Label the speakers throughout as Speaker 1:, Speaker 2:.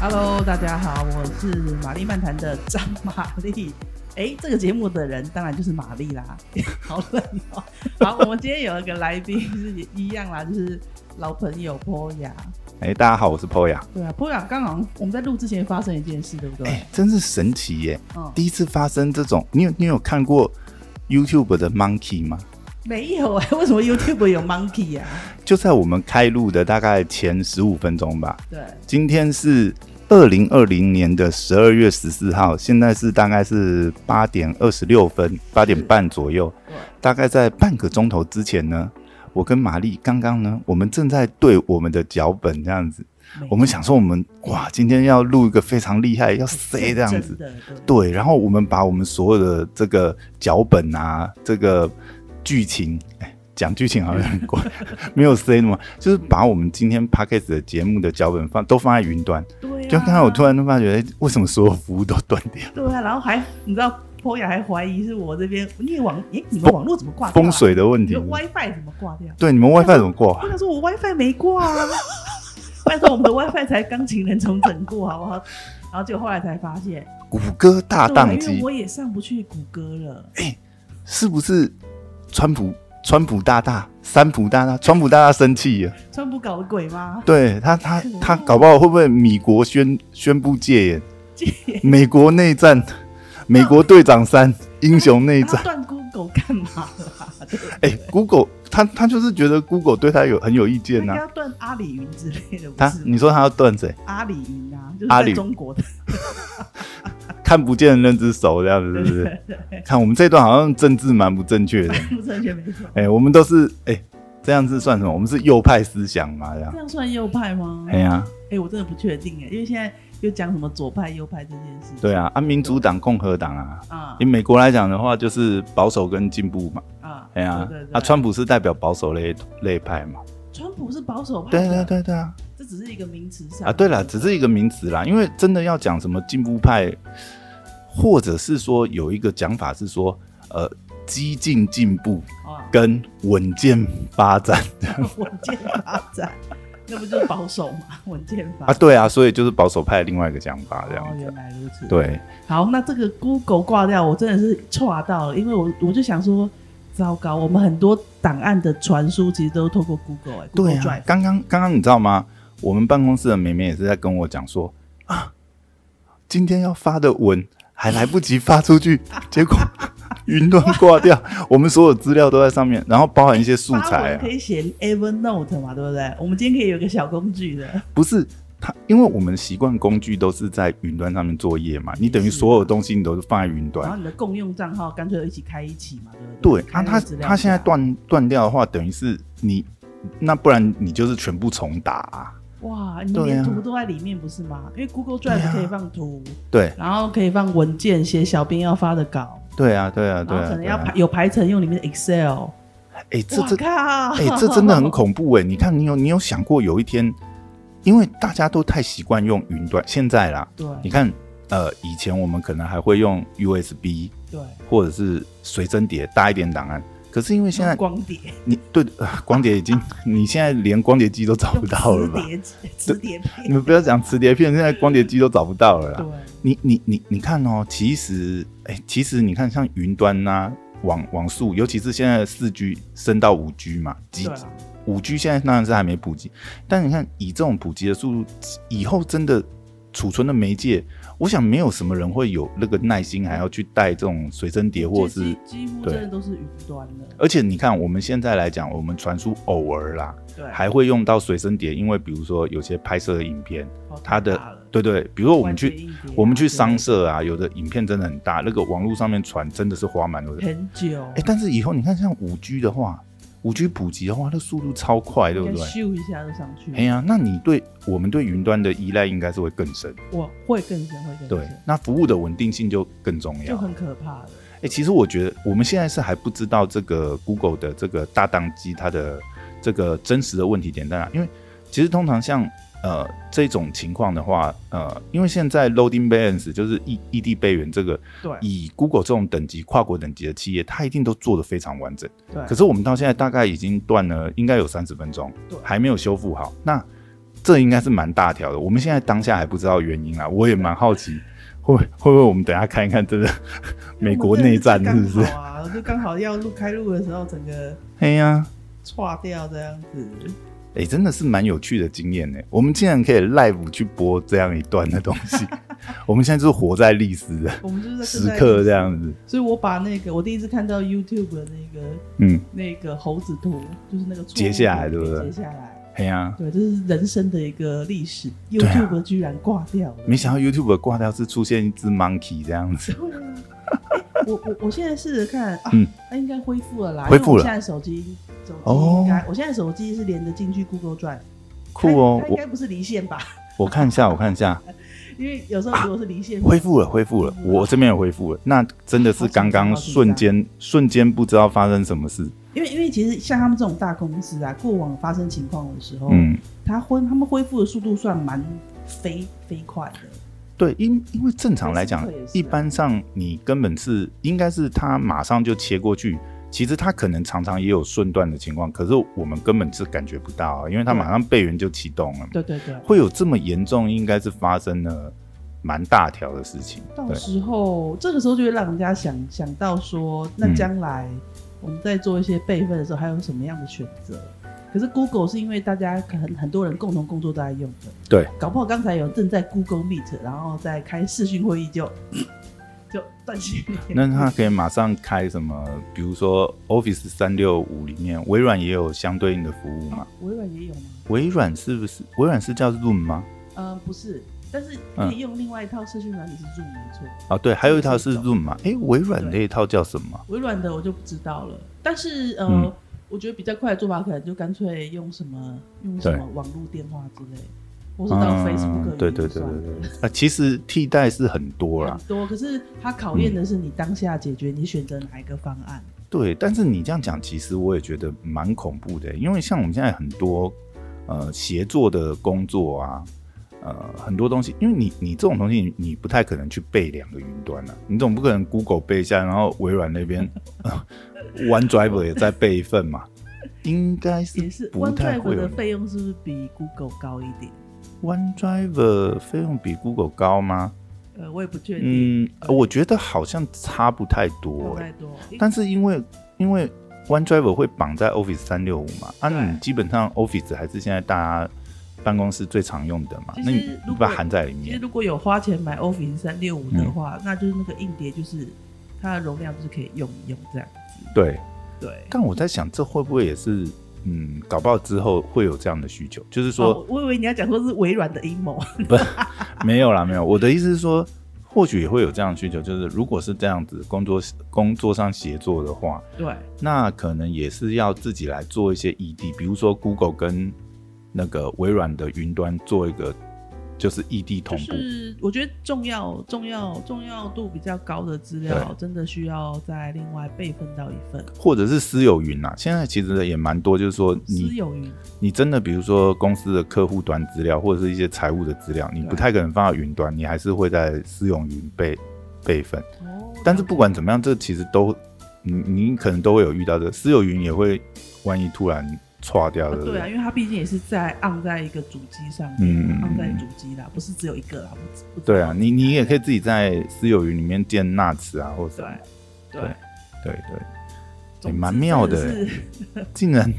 Speaker 1: Hello，大家好，我是玛丽漫谈的张玛丽。 哎，这个节目的人当然就是玛丽啦。 好冷哦。好，我们今天有一个来宾是也一样啦，就是老朋友波雅。
Speaker 2: 哎、大家好，我是 Poya。
Speaker 1: 对啊，波雅刚好我们在录之前发生一件事，对不对？
Speaker 2: 哎、真是神奇耶！
Speaker 1: 嗯，
Speaker 2: 第一次发生这种，你有你有看过 YouTube 的 Monkey 吗？
Speaker 1: 没有 哎、为什么 YouTube 有 Monkey 啊？
Speaker 2: 就在我们开录的大概前十五分钟吧。
Speaker 1: 对，
Speaker 2: 今天是二零二零年的十二月十四号，现在是大概是八点二十六分，八点半左右
Speaker 1: 对。
Speaker 2: 大概在半个钟头之前呢，我跟玛丽刚刚呢，我们正在对我们的脚本这样子，
Speaker 1: 没
Speaker 2: 我们想说我们哇，今天要录一个非常厉害，要塞这样子
Speaker 1: 真。的对
Speaker 2: 对，然后我们把我们所有的这个脚本啊，这个剧情，哎，讲剧情好像很怪， 没有 say 那么，就是把我们今天 podcast 的节目的脚本放都放在云端。
Speaker 1: 对啊，
Speaker 2: 就刚才我突然发觉，哎为什么所有服务都断 掉？
Speaker 1: 对啊，然后还你知道波雅还怀疑是我这边，因为网哎、你们网络怎么挂掉啊、
Speaker 2: 风水的问
Speaker 1: 你
Speaker 2: 题。
Speaker 1: 们 WiFi 怎么挂掉？
Speaker 2: 对，你们 WiFi 怎么过啊
Speaker 1: 我？想说我 WiFi 没挂 啊，拜托我们的 WiFi 才钢琴人重整过好不好？然后结果后来才发现，
Speaker 2: 谷歌大
Speaker 1: 对啊，
Speaker 2: 宕
Speaker 1: 因为
Speaker 2: 机
Speaker 1: 我也上不去谷歌了。
Speaker 2: 是不是？川普，川普大大，三普大大，川普大大生气了。
Speaker 1: 川普搞的鬼吗？
Speaker 2: 对他，他
Speaker 1: 可恶
Speaker 2: 他搞不好会不会米国宣宣布戒严？
Speaker 1: 戒
Speaker 2: 美国内 战，美国队长三英雄内
Speaker 1: 他断
Speaker 2: 战。
Speaker 1: Google 干嘛啦？对不
Speaker 2: 哎、
Speaker 1: 对
Speaker 2: g o o g l e 他他就是觉得 Google 对他有很有意
Speaker 1: 他
Speaker 2: 见
Speaker 1: 应
Speaker 2: 呐、
Speaker 1: 该要断阿里云之类的，不
Speaker 2: 他
Speaker 1: 是吗
Speaker 2: 你说他要断谁？
Speaker 1: 阿里云啊，就是
Speaker 2: 阿
Speaker 1: 在
Speaker 2: 里
Speaker 1: 中国 的，
Speaker 2: 看不见的认知手这样子是不 是？看我们这段好像政治蛮不正确的。
Speaker 1: 不是完全没错。
Speaker 2: 哎、我们都是哎、这样是算什么？我们是右派思想嘛，这样
Speaker 1: 这。样算右派吗？
Speaker 2: 哎呀、
Speaker 1: 哎、我真的不确定哎，因为现在又讲什么左派右派这件事情。
Speaker 2: 对啊，啊，民主党、共和党啊，
Speaker 1: 啊
Speaker 2: 以美国来讲的话，就是保守跟进步嘛。
Speaker 1: 啊，
Speaker 2: 哎呀、啊
Speaker 1: 对对，对
Speaker 2: 啊，川普是代表保守类类派嘛。
Speaker 1: 川普是保守派，
Speaker 2: 对对，对对啊。
Speaker 1: 这只是一个名词上
Speaker 2: 啊，对啦，只是一个名词啦，因为真的要讲什么进步派，或者是说有一个讲法是说，呃，激进进步
Speaker 1: 啊，
Speaker 2: 跟稳健发展
Speaker 1: 稳健发 展，那不就是保守嘛？稳健发
Speaker 2: 啊，
Speaker 1: 展。
Speaker 2: 对啊，所以就是保守派另外一个讲法这
Speaker 1: 哦，
Speaker 2: 样子。
Speaker 1: 原来如此。，
Speaker 2: 啊对，
Speaker 1: 好，那这个 Google 挂掉，我真的是错到了，因为我我就想说，糟糕，我们很多档案的传输其实都透过 Google 哎、g o o
Speaker 2: 对
Speaker 1: g l e
Speaker 2: 啊
Speaker 1: Drive，，
Speaker 2: 刚刚刚刚你知道吗？我们办公室的妹妹也是在跟我讲说啊，今天要发的文还来不及发 出去，结果云端挂掉，我们所有资料都在上面，然后包含一些素
Speaker 1: 发
Speaker 2: 材
Speaker 1: 文
Speaker 2: 啊
Speaker 1: 可。以写 Evernote 嘛，对不对？我们今天可以有一个小工具 的，
Speaker 2: 不是它，因为我们习惯工具都是在云端上面作业嘛，你等于
Speaker 1: 是啊
Speaker 2: 所有东西你都是放在云
Speaker 1: 然后
Speaker 2: 端。
Speaker 1: 你的共用账号干脆一起开一起嘛，对不
Speaker 2: 对
Speaker 1: 对，开
Speaker 2: 啊，
Speaker 1: 那
Speaker 2: 它
Speaker 1: 个资料
Speaker 2: 它现在
Speaker 1: 夹
Speaker 2: 断断掉的话，等于是你那不然你就是全部重打、啊。
Speaker 1: 哇，你
Speaker 2: 对
Speaker 1: 连
Speaker 2: 啊
Speaker 1: 图都在里面不是吗？因为 Google
Speaker 2: 对
Speaker 1: Drive
Speaker 2: 啊
Speaker 1: 可以放图，
Speaker 2: 对
Speaker 1: 然后可以放文件，写小编要发的稿，
Speaker 2: 对啊，对啊，
Speaker 1: 然后
Speaker 2: 对啊
Speaker 1: 可，能
Speaker 2: 对
Speaker 1: 要排
Speaker 2: 啊。
Speaker 1: 有排程用里面的 Excel。
Speaker 2: 哎、这
Speaker 1: 哇
Speaker 2: 这
Speaker 1: 靠！
Speaker 2: 哎、这真的很恐怖哎、你看，你有你有想过有一天，因为大家都太习惯用云端，现在啦，你
Speaker 1: 对
Speaker 2: 看，呃，以前我们可能还会用 USB
Speaker 1: 对，
Speaker 2: 或者是随身碟大一点档案，可是因为现在
Speaker 1: 哦光碟
Speaker 2: 你对呃光碟 已经，你现在连光碟机都找不到
Speaker 1: 用
Speaker 2: 了
Speaker 1: 磁
Speaker 2: 吧？
Speaker 1: 碟机磁碟片，
Speaker 2: 你们不要讲磁碟片，现在光碟机都找不到了啦。
Speaker 1: 对
Speaker 2: 你你你你看哦，其实哎、其实你看像云端呐、啊网网速，尤其是现在四 G 升到五 G 嘛，几
Speaker 1: 对啊，
Speaker 2: 五 G 现在当然是还没普及，但你看以这种普及的速度，以后真的储存的媒介，我想没有什么人会有那个耐心还要去带这种随身碟或者
Speaker 1: 这
Speaker 2: 是
Speaker 1: 几。几乎
Speaker 2: 对
Speaker 1: 真的都是云端的，
Speaker 2: 而且你看，我们现在来讲，我们传输偶尔啦，
Speaker 1: 对，
Speaker 2: 还会用到随身碟，因为比如说有些拍摄的影片，
Speaker 1: 好可
Speaker 2: 它的
Speaker 1: 怕了
Speaker 2: 对对，比如说我们
Speaker 1: 关节
Speaker 2: 去
Speaker 1: 硬碟啊
Speaker 2: 我们去
Speaker 1: 对
Speaker 2: 商社啊，有的影片真的很大，那个网络上面传真的是花蛮多的。
Speaker 1: 很久，
Speaker 2: 哎，但是以后你看像五 G 的话，五 G 普及的话，那速度超快，对不
Speaker 1: 应该
Speaker 2: 对？
Speaker 1: 咻一下就上去了，
Speaker 2: 哎呀，那你对我们对云端的依赖应该是会更深，
Speaker 1: 我会更深，会更
Speaker 2: 对
Speaker 1: 深，，
Speaker 2: 那服务的稳定性就更重
Speaker 1: 就
Speaker 2: 要。
Speaker 1: 很可怕了。
Speaker 2: 哎、其实我觉得我们现在是还不知道这个 Google 的这个大宕机它的这个真实的问题点在哪，因为其实通常像呃这种情况的话，呃，因为现在 loading balance 就是异异地备援这个，
Speaker 1: 对
Speaker 2: 以 Google 这种等级跨国等级的企业，它一定都做得非常完整。
Speaker 1: 对，
Speaker 2: 可是我们到现在大概已经断了，应该有三十分钟
Speaker 1: 对，
Speaker 2: 还没有修复好。那这应该是蛮大条的。我们现在当下还不知道原因啊，我也蛮好奇，会 会不会我们等一下看一看，真的 美国内战是不
Speaker 1: 我真的
Speaker 2: 是？
Speaker 1: 刚好啊，我就刚好要录开录的时候，整个
Speaker 2: 哎呀，
Speaker 1: 岔掉这样子。
Speaker 2: 哎，真的是蛮有趣的经验呢。我们竟然可以 live 去播这样一段的东 西，我们现在就是活在历史的
Speaker 1: 我们就是在
Speaker 2: 时刻这样子。
Speaker 1: 所以我把那个我第一次看到 YouTube 的那个
Speaker 2: 嗯，
Speaker 1: 那个猴子图，就是那个错误
Speaker 2: 截下来
Speaker 1: 图
Speaker 2: 对不对
Speaker 1: 截下来，
Speaker 2: 哎呀，
Speaker 1: 对，这是人生的一个历史。
Speaker 2: 对啊
Speaker 1: YouTube 居然挂掉了，
Speaker 2: 没想到 YouTube 挂掉是出现一只 monkey 这样子。
Speaker 1: 对啊。哎我我我现在试着看啊
Speaker 2: 嗯，
Speaker 1: 它应该恢复了啦。
Speaker 2: 恢复了
Speaker 1: 因为我现在手机手机
Speaker 2: 哦
Speaker 1: 应该，我现在手机是连着进去 Google Drive，
Speaker 2: 酷哦
Speaker 1: 它它应
Speaker 2: 我
Speaker 1: 该不是离线吧？
Speaker 2: 我看一下，我看一下，
Speaker 1: 因为有时候如果是离线，
Speaker 2: 啊恢复了，恢复了，我这边也恢复了。那真的是刚刚瞬间瞬间不知道发生什么事。
Speaker 1: 因为因为其实像他们这种大公司啊，过往发生情况的时候，
Speaker 2: 嗯，
Speaker 1: 它恢他们恢复的速度算蛮飞飞快的。
Speaker 2: 对，因因为正常来讲
Speaker 1: 这也是啊，
Speaker 2: 一般上你根本是应该是他马上就切过去。其实他可能常常也有瞬断的情况，可是我们根本是感觉不到、啊，因为他马上备援就启动了。
Speaker 1: 对对对，
Speaker 2: 会有这么严重，应该是发生了蛮大条的事情。
Speaker 1: 到
Speaker 2: 对，
Speaker 1: 时候这个时候就会让人家想想到说，那
Speaker 2: 嗯
Speaker 1: 将来我们在做一些备份的时候，还有什么样的选择？可是 Google 是因为大家可能很多人共同工作都在用的，
Speaker 2: 对，
Speaker 1: 搞不好刚才有正在 Google Meet，然后在开视讯会议就 就断线。
Speaker 2: 那他可以马上开什么？比如说 Office 三六五里面，微软也有相对应的服务嘛？
Speaker 1: 微软也有吗？
Speaker 2: 微软是不是？微软是叫 Zoom 吗？
Speaker 1: 呃，不是，但是
Speaker 2: 嗯
Speaker 1: 可以用另外一套视讯软体是 Zoom 没错。
Speaker 2: 啊，对，还有一套是 Zoom 嘛？诶，微软那一套叫什么？
Speaker 1: 微软的我就不知道了，但是呃，
Speaker 2: 嗯
Speaker 1: 我觉得比较快的做法可能就干脆用什么用什么网络电话之类，或是到 Facebook
Speaker 2: 嗯、对对对对对。啊，其实替代是很多啦
Speaker 1: 很，多。可是它考验的是你当下解决，你选择哪一个方案。
Speaker 2: 对。但是你这样讲，其实我也觉得蛮恐怖的，因为像我们现在很多呃协作的工作啊。呃，很多东西，因为你你这种东西你，你不太可能去背两个云端啊，你总不可能 Google 背一下，然后微软那边、呃、OneDrive 也在备一份嘛，应该是
Speaker 1: 也是
Speaker 2: 嗯不太
Speaker 1: OneDrive
Speaker 2: 会有
Speaker 1: 的费用是不是比 Google 高一点？
Speaker 2: OneDrive 费用比 Google 高吗？
Speaker 1: 呃，我也不确定，
Speaker 2: 嗯，我觉得好像差不太多、
Speaker 1: 高
Speaker 2: 欸
Speaker 1: 太多。
Speaker 2: 但是因为因为 OneDrive 会绑在 Office 三六五嘛，啊，
Speaker 1: 对
Speaker 2: 你基本上 Office 还是现在大家办公室最常用的嘛，
Speaker 1: 其实
Speaker 2: 那你
Speaker 1: 如
Speaker 2: 你
Speaker 1: 果
Speaker 2: 把它含在里
Speaker 1: 其实
Speaker 2: 面，
Speaker 1: 如果有花钱买 Office 三六五的话，那就是那个硬碟就是它的容量就是可以用一用这样。
Speaker 2: 对。
Speaker 1: 对，
Speaker 2: 但我在想，这会不会也是嗯，搞不好之后会有这样的需求，就是说、
Speaker 1: 哦我啊我以为你要讲说是微软的阴谋。
Speaker 2: 没有啦，没有。我的意思是说，或许也会有这样的需求，就是如果是这样子工作工作上协作的话，
Speaker 1: 对，
Speaker 2: 那可能也是要自己来做一些异地，比如说 Google 跟那个微软的云端做一个就是异地同
Speaker 1: 就
Speaker 2: 步。
Speaker 1: 是我觉得重要、重要、重要度比较高的资料，真的需要再另外备份到一份。
Speaker 2: 或者是私有云啊，现在其实也蛮多，就是说
Speaker 1: 私
Speaker 2: 你
Speaker 1: 有云，
Speaker 2: 你真的比如说公司的客户端资料或者是一些财务的资料，你
Speaker 1: 对
Speaker 2: 不太可能放到云端，你还是会在私有云备备份。
Speaker 1: 哦
Speaker 2: 但是不管怎么样，这其实都你你可能都会有遇到的，私有云也会万一突然垮掉
Speaker 1: 啊
Speaker 2: 的、
Speaker 1: 对啊，因为它毕竟也是在 on 在一个主机上面
Speaker 2: 嗯嗯嗯
Speaker 1: ，on 在主机啦，不是只有一个啦，不止不止
Speaker 2: 对啊，你你也可以自己在私有云里面建纳词啊，或者
Speaker 1: 对
Speaker 2: 对
Speaker 1: 对，
Speaker 2: 对对，
Speaker 1: 总
Speaker 2: 也
Speaker 1: 之
Speaker 2: 蛮妙的
Speaker 1: 真是
Speaker 2: 竟然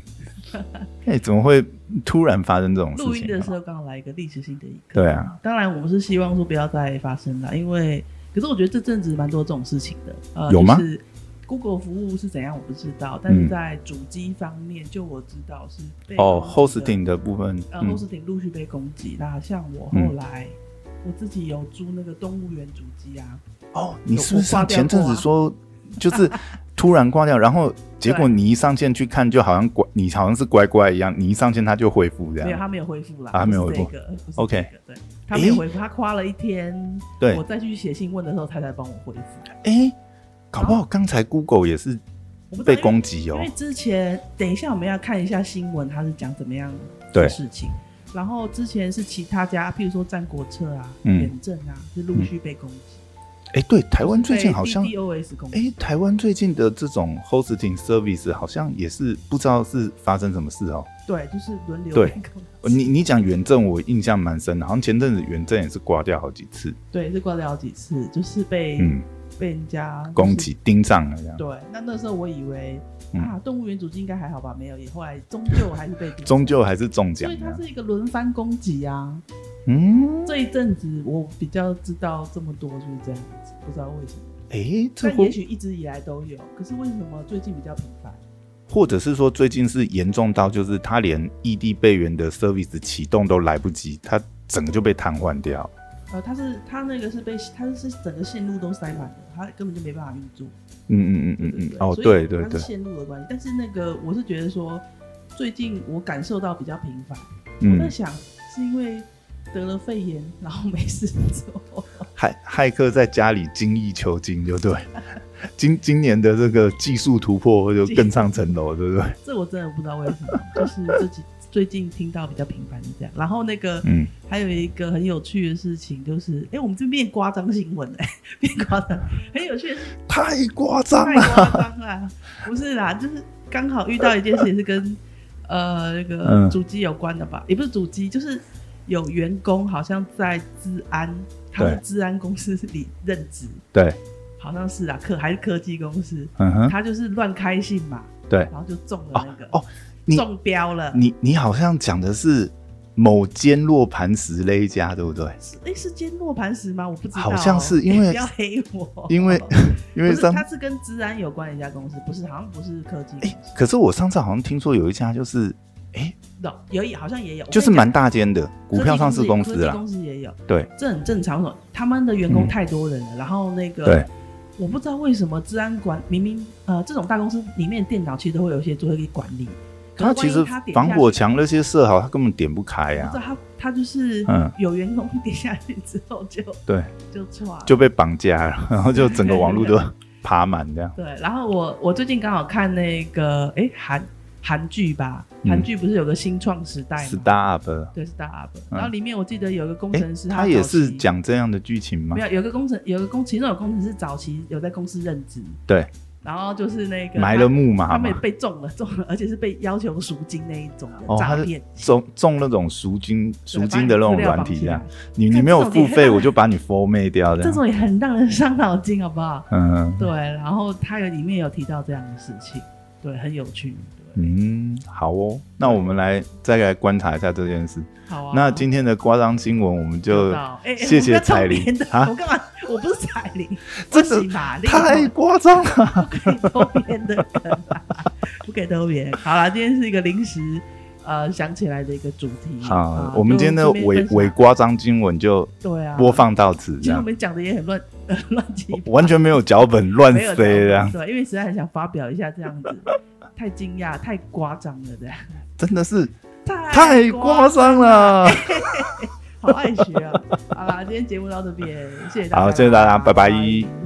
Speaker 2: 哎、怎么会突然发生这种事
Speaker 1: 录音
Speaker 2: 情、
Speaker 1: 的时
Speaker 2: 啊？
Speaker 1: 候刚好来一个历史性的一刻。
Speaker 2: 对啊，
Speaker 1: 当然我们是希望说不要再发生了，因为可是我觉得这阵子蛮多这种事情的。呃，
Speaker 2: 有吗
Speaker 1: 就是 Google 服务是怎样我不知道，但是
Speaker 2: 嗯
Speaker 1: 在主机方面，就我知道是被
Speaker 2: 哦
Speaker 1: 攻击的
Speaker 2: ，hosting 的部分，
Speaker 1: 呃
Speaker 2: 嗯，
Speaker 1: hosting 陆续被攻击。那像我
Speaker 2: 嗯
Speaker 1: 后来。我自己有租那个动物园主机啊，
Speaker 2: 哦，你是不是上
Speaker 1: 有我挂掉
Speaker 2: 前
Speaker 1: 过啊
Speaker 2: 阵子说，就是突然挂掉，然后结果你一上线去看，就好像乖，你好像是乖乖一样，你一上线它就恢复这
Speaker 1: 没有，
Speaker 2: 样，
Speaker 1: 他没有回复啦，
Speaker 2: 啊他没有
Speaker 1: 不是
Speaker 2: 回复
Speaker 1: 这个不是这
Speaker 2: OK
Speaker 1: 个对，他没有
Speaker 2: 诶
Speaker 1: 回复，他夸了一天，
Speaker 2: 对
Speaker 1: 我，再去写信问的时候，他才帮我回复。
Speaker 2: 哎、搞不好刚才 Google 也是
Speaker 1: 我哦不知道
Speaker 2: 被
Speaker 1: 因为
Speaker 2: 攻击哦
Speaker 1: 因为，之前，等一下我们要看一下新闻，它是讲怎么样
Speaker 2: 对
Speaker 1: 的事情。然后之前是其他家，譬如说战国策啊、
Speaker 2: 嗯
Speaker 1: 远政啊，是陆续被攻击。
Speaker 2: 哎、对，台湾最近好像
Speaker 1: DOS 攻击，
Speaker 2: 哎，台湾最近的这种 hosting service 好像也是不知道是发生什么事哦。
Speaker 1: 对，就是轮流
Speaker 2: 对
Speaker 1: 被告老
Speaker 2: 呃
Speaker 1: 师
Speaker 2: 你你讲远政，我印象蛮深的，好像前阵子远政也是挂掉好几次，
Speaker 1: 对是挂了好几次，就是被、
Speaker 2: 嗯，
Speaker 1: 被人家就是
Speaker 2: 攻击盯上了这样，
Speaker 1: 对，那那时候我以为
Speaker 2: 嗯
Speaker 1: 啊，动物园主机应该还好吧，没有，也后来终究还是 被盯
Speaker 2: 终
Speaker 1: 上，
Speaker 2: 究还是中奖
Speaker 1: 所以它
Speaker 2: 了。
Speaker 1: 是一个轮番攻击啊。
Speaker 2: 嗯，
Speaker 1: 这一阵子我比较知道这么多就是这样子，不知道为什么。
Speaker 2: 诶，这
Speaker 1: 但
Speaker 2: 会
Speaker 1: 也许一直以来都有，可是为什么最近比较频繁？
Speaker 2: 或者是说最近是严重到就是他连异地备援的 service 启动都来不及，他整个就被瘫痪掉。
Speaker 1: 呃，它是它那个是被它是整个线路都塞满了，它根本就没办法运作。
Speaker 2: 嗯嗯嗯
Speaker 1: 对
Speaker 2: 嗯
Speaker 1: 对
Speaker 2: 嗯，哦，
Speaker 1: 所以
Speaker 2: 对对
Speaker 1: 它
Speaker 2: 对
Speaker 1: 是，线路的关系。但是那个我是觉得说，最近我感受到比较频繁。我在
Speaker 2: 嗯，
Speaker 1: 想，是因为得了肺炎，然后没事做。
Speaker 2: 骇骇客在家里精益求精，就对。 今今年的这个技术突破就更上层楼，对不对？
Speaker 1: 这我真的不知道为什么，就是这几最近听到比较频繁是这样。然后那个
Speaker 2: 嗯，
Speaker 1: 还有一个很有趣的事情，就是哎、诶我们这边夸张新闻哎、变夸张，很有趣的事情，
Speaker 2: 太夸张
Speaker 1: 太
Speaker 2: 了。
Speaker 1: 夸张了， 不是啦，就是刚好遇到一件事情是跟 呃那个
Speaker 2: 嗯
Speaker 1: 主机有关的吧，也不是主机，就是有员工好像在治安，他们
Speaker 2: 对
Speaker 1: 治安公司里任职，
Speaker 2: 对，
Speaker 1: 好像是啦，科还是科技公司，
Speaker 2: 嗯哼，
Speaker 1: 他就是乱开信嘛，
Speaker 2: 对。
Speaker 1: 然后就中了那个、
Speaker 2: 哦，你
Speaker 1: 中标了。
Speaker 2: 你你好像讲的是某坚若磐石那一家，对不对？
Speaker 1: 是哎、是坚若磐石吗？我不知道哦、
Speaker 2: 好像是因为
Speaker 1: 你不要黑我，
Speaker 2: 因为因为
Speaker 1: 不是
Speaker 2: 上
Speaker 1: 它是跟治安有关的一家公司，不是好像不是科技公
Speaker 2: 哎
Speaker 1: 司，
Speaker 2: 可是我上次好像听说有一家就是，哎，
Speaker 1: ，no, 有一好像也有，
Speaker 2: 就是蛮大间的
Speaker 1: 我
Speaker 2: 股
Speaker 1: 跟你讲
Speaker 2: 票上市公
Speaker 1: 科技
Speaker 2: 司
Speaker 1: 科技
Speaker 2: 啦，
Speaker 1: 公司也有，
Speaker 2: 对，
Speaker 1: 这很正常。他们的员工
Speaker 2: 嗯
Speaker 1: 太多人了，然后那个
Speaker 2: 对
Speaker 1: 我不知道为什么治安管明明呃这种大公司里面电脑其实都会有一些做一些管理，可是
Speaker 2: 他其
Speaker 1: 万
Speaker 2: 实
Speaker 1: 一他点
Speaker 2: 防
Speaker 1: 下
Speaker 2: 火
Speaker 1: 去
Speaker 2: 墙那些设好，他根本点不开啊
Speaker 1: 不
Speaker 2: 呀、
Speaker 1: 知道他他就是
Speaker 2: 嗯
Speaker 1: 有员工点下去之后就
Speaker 2: 对，
Speaker 1: 就错
Speaker 2: 就被绑架了，然后就整个网络都爬满这样。
Speaker 1: 对，然后我我最近刚好看那个哎韩韩剧吧，
Speaker 2: 嗯
Speaker 1: 韩剧不是有个新创时代吗
Speaker 2: Startup，
Speaker 1: 对 s t a r u p
Speaker 2: 嗯
Speaker 1: 然后里面我记得有个工
Speaker 2: 哎
Speaker 1: 程师，，
Speaker 2: 他
Speaker 1: 早
Speaker 2: 也是
Speaker 1: 期
Speaker 2: 讲这样的剧情吗
Speaker 1: 没？有有个工程有个工其中有工程师早期有在公司任职，
Speaker 2: 对，
Speaker 1: 然后就是那个
Speaker 2: 埋了
Speaker 1: 他
Speaker 2: 木
Speaker 1: 他
Speaker 2: 马
Speaker 1: 们
Speaker 2: 嘛
Speaker 1: 也，被中了中了，而且是被要求赎金那一种的
Speaker 2: 哦
Speaker 1: 诈
Speaker 2: 他是
Speaker 1: 骗，
Speaker 2: 中中那种赎金赎金的那种软体这
Speaker 1: 这
Speaker 2: 样，啊你
Speaker 1: 看
Speaker 2: 你没有
Speaker 1: 这种也
Speaker 2: 付费，
Speaker 1: 很
Speaker 2: 我就把你 f o r m a 掉这
Speaker 1: 这
Speaker 2: 样。
Speaker 1: 种也很让人伤脑筋，好不好？
Speaker 2: 嗯
Speaker 1: 对，然后他有里面有提到这样的事情，对，很有趣，对，
Speaker 2: 嗯，好哦，那我们来再来观察一下这件事。
Speaker 1: 好啊。
Speaker 2: 那今天的夸张新闻我们
Speaker 1: 知
Speaker 2: 就
Speaker 1: 道哎，哎
Speaker 2: 谢谢
Speaker 1: 我不要
Speaker 2: 彩
Speaker 1: 重
Speaker 2: 铃
Speaker 1: 编的
Speaker 2: 啊
Speaker 1: 我干嘛？我不是彩铃，
Speaker 2: 这
Speaker 1: 我
Speaker 2: 个
Speaker 1: 是玛丽，
Speaker 2: 太夸张了。
Speaker 1: 可以偷编的梗啊、不可以偷编。好了，今天是一个临时呃想起来的一个主题啊
Speaker 2: 好，我们今天的伪
Speaker 1: 光
Speaker 2: 伪夸张新闻就
Speaker 1: 对啊
Speaker 2: 播，放到此，
Speaker 1: 其
Speaker 2: 这
Speaker 1: 实我
Speaker 2: 样
Speaker 1: 们讲的也很乱乱七八
Speaker 2: 完全没有脚本乱啊
Speaker 1: 没有
Speaker 2: 塞这样，
Speaker 1: 对，因为实在很想发表一下这样子，太惊讶、太夸张了， 这样
Speaker 2: 真的是
Speaker 1: 太
Speaker 2: 太夸张，了。
Speaker 1: 好爱学啊！好啦，今天节目到这边，谢谢大家，
Speaker 2: 好，谢谢大家，拜拜。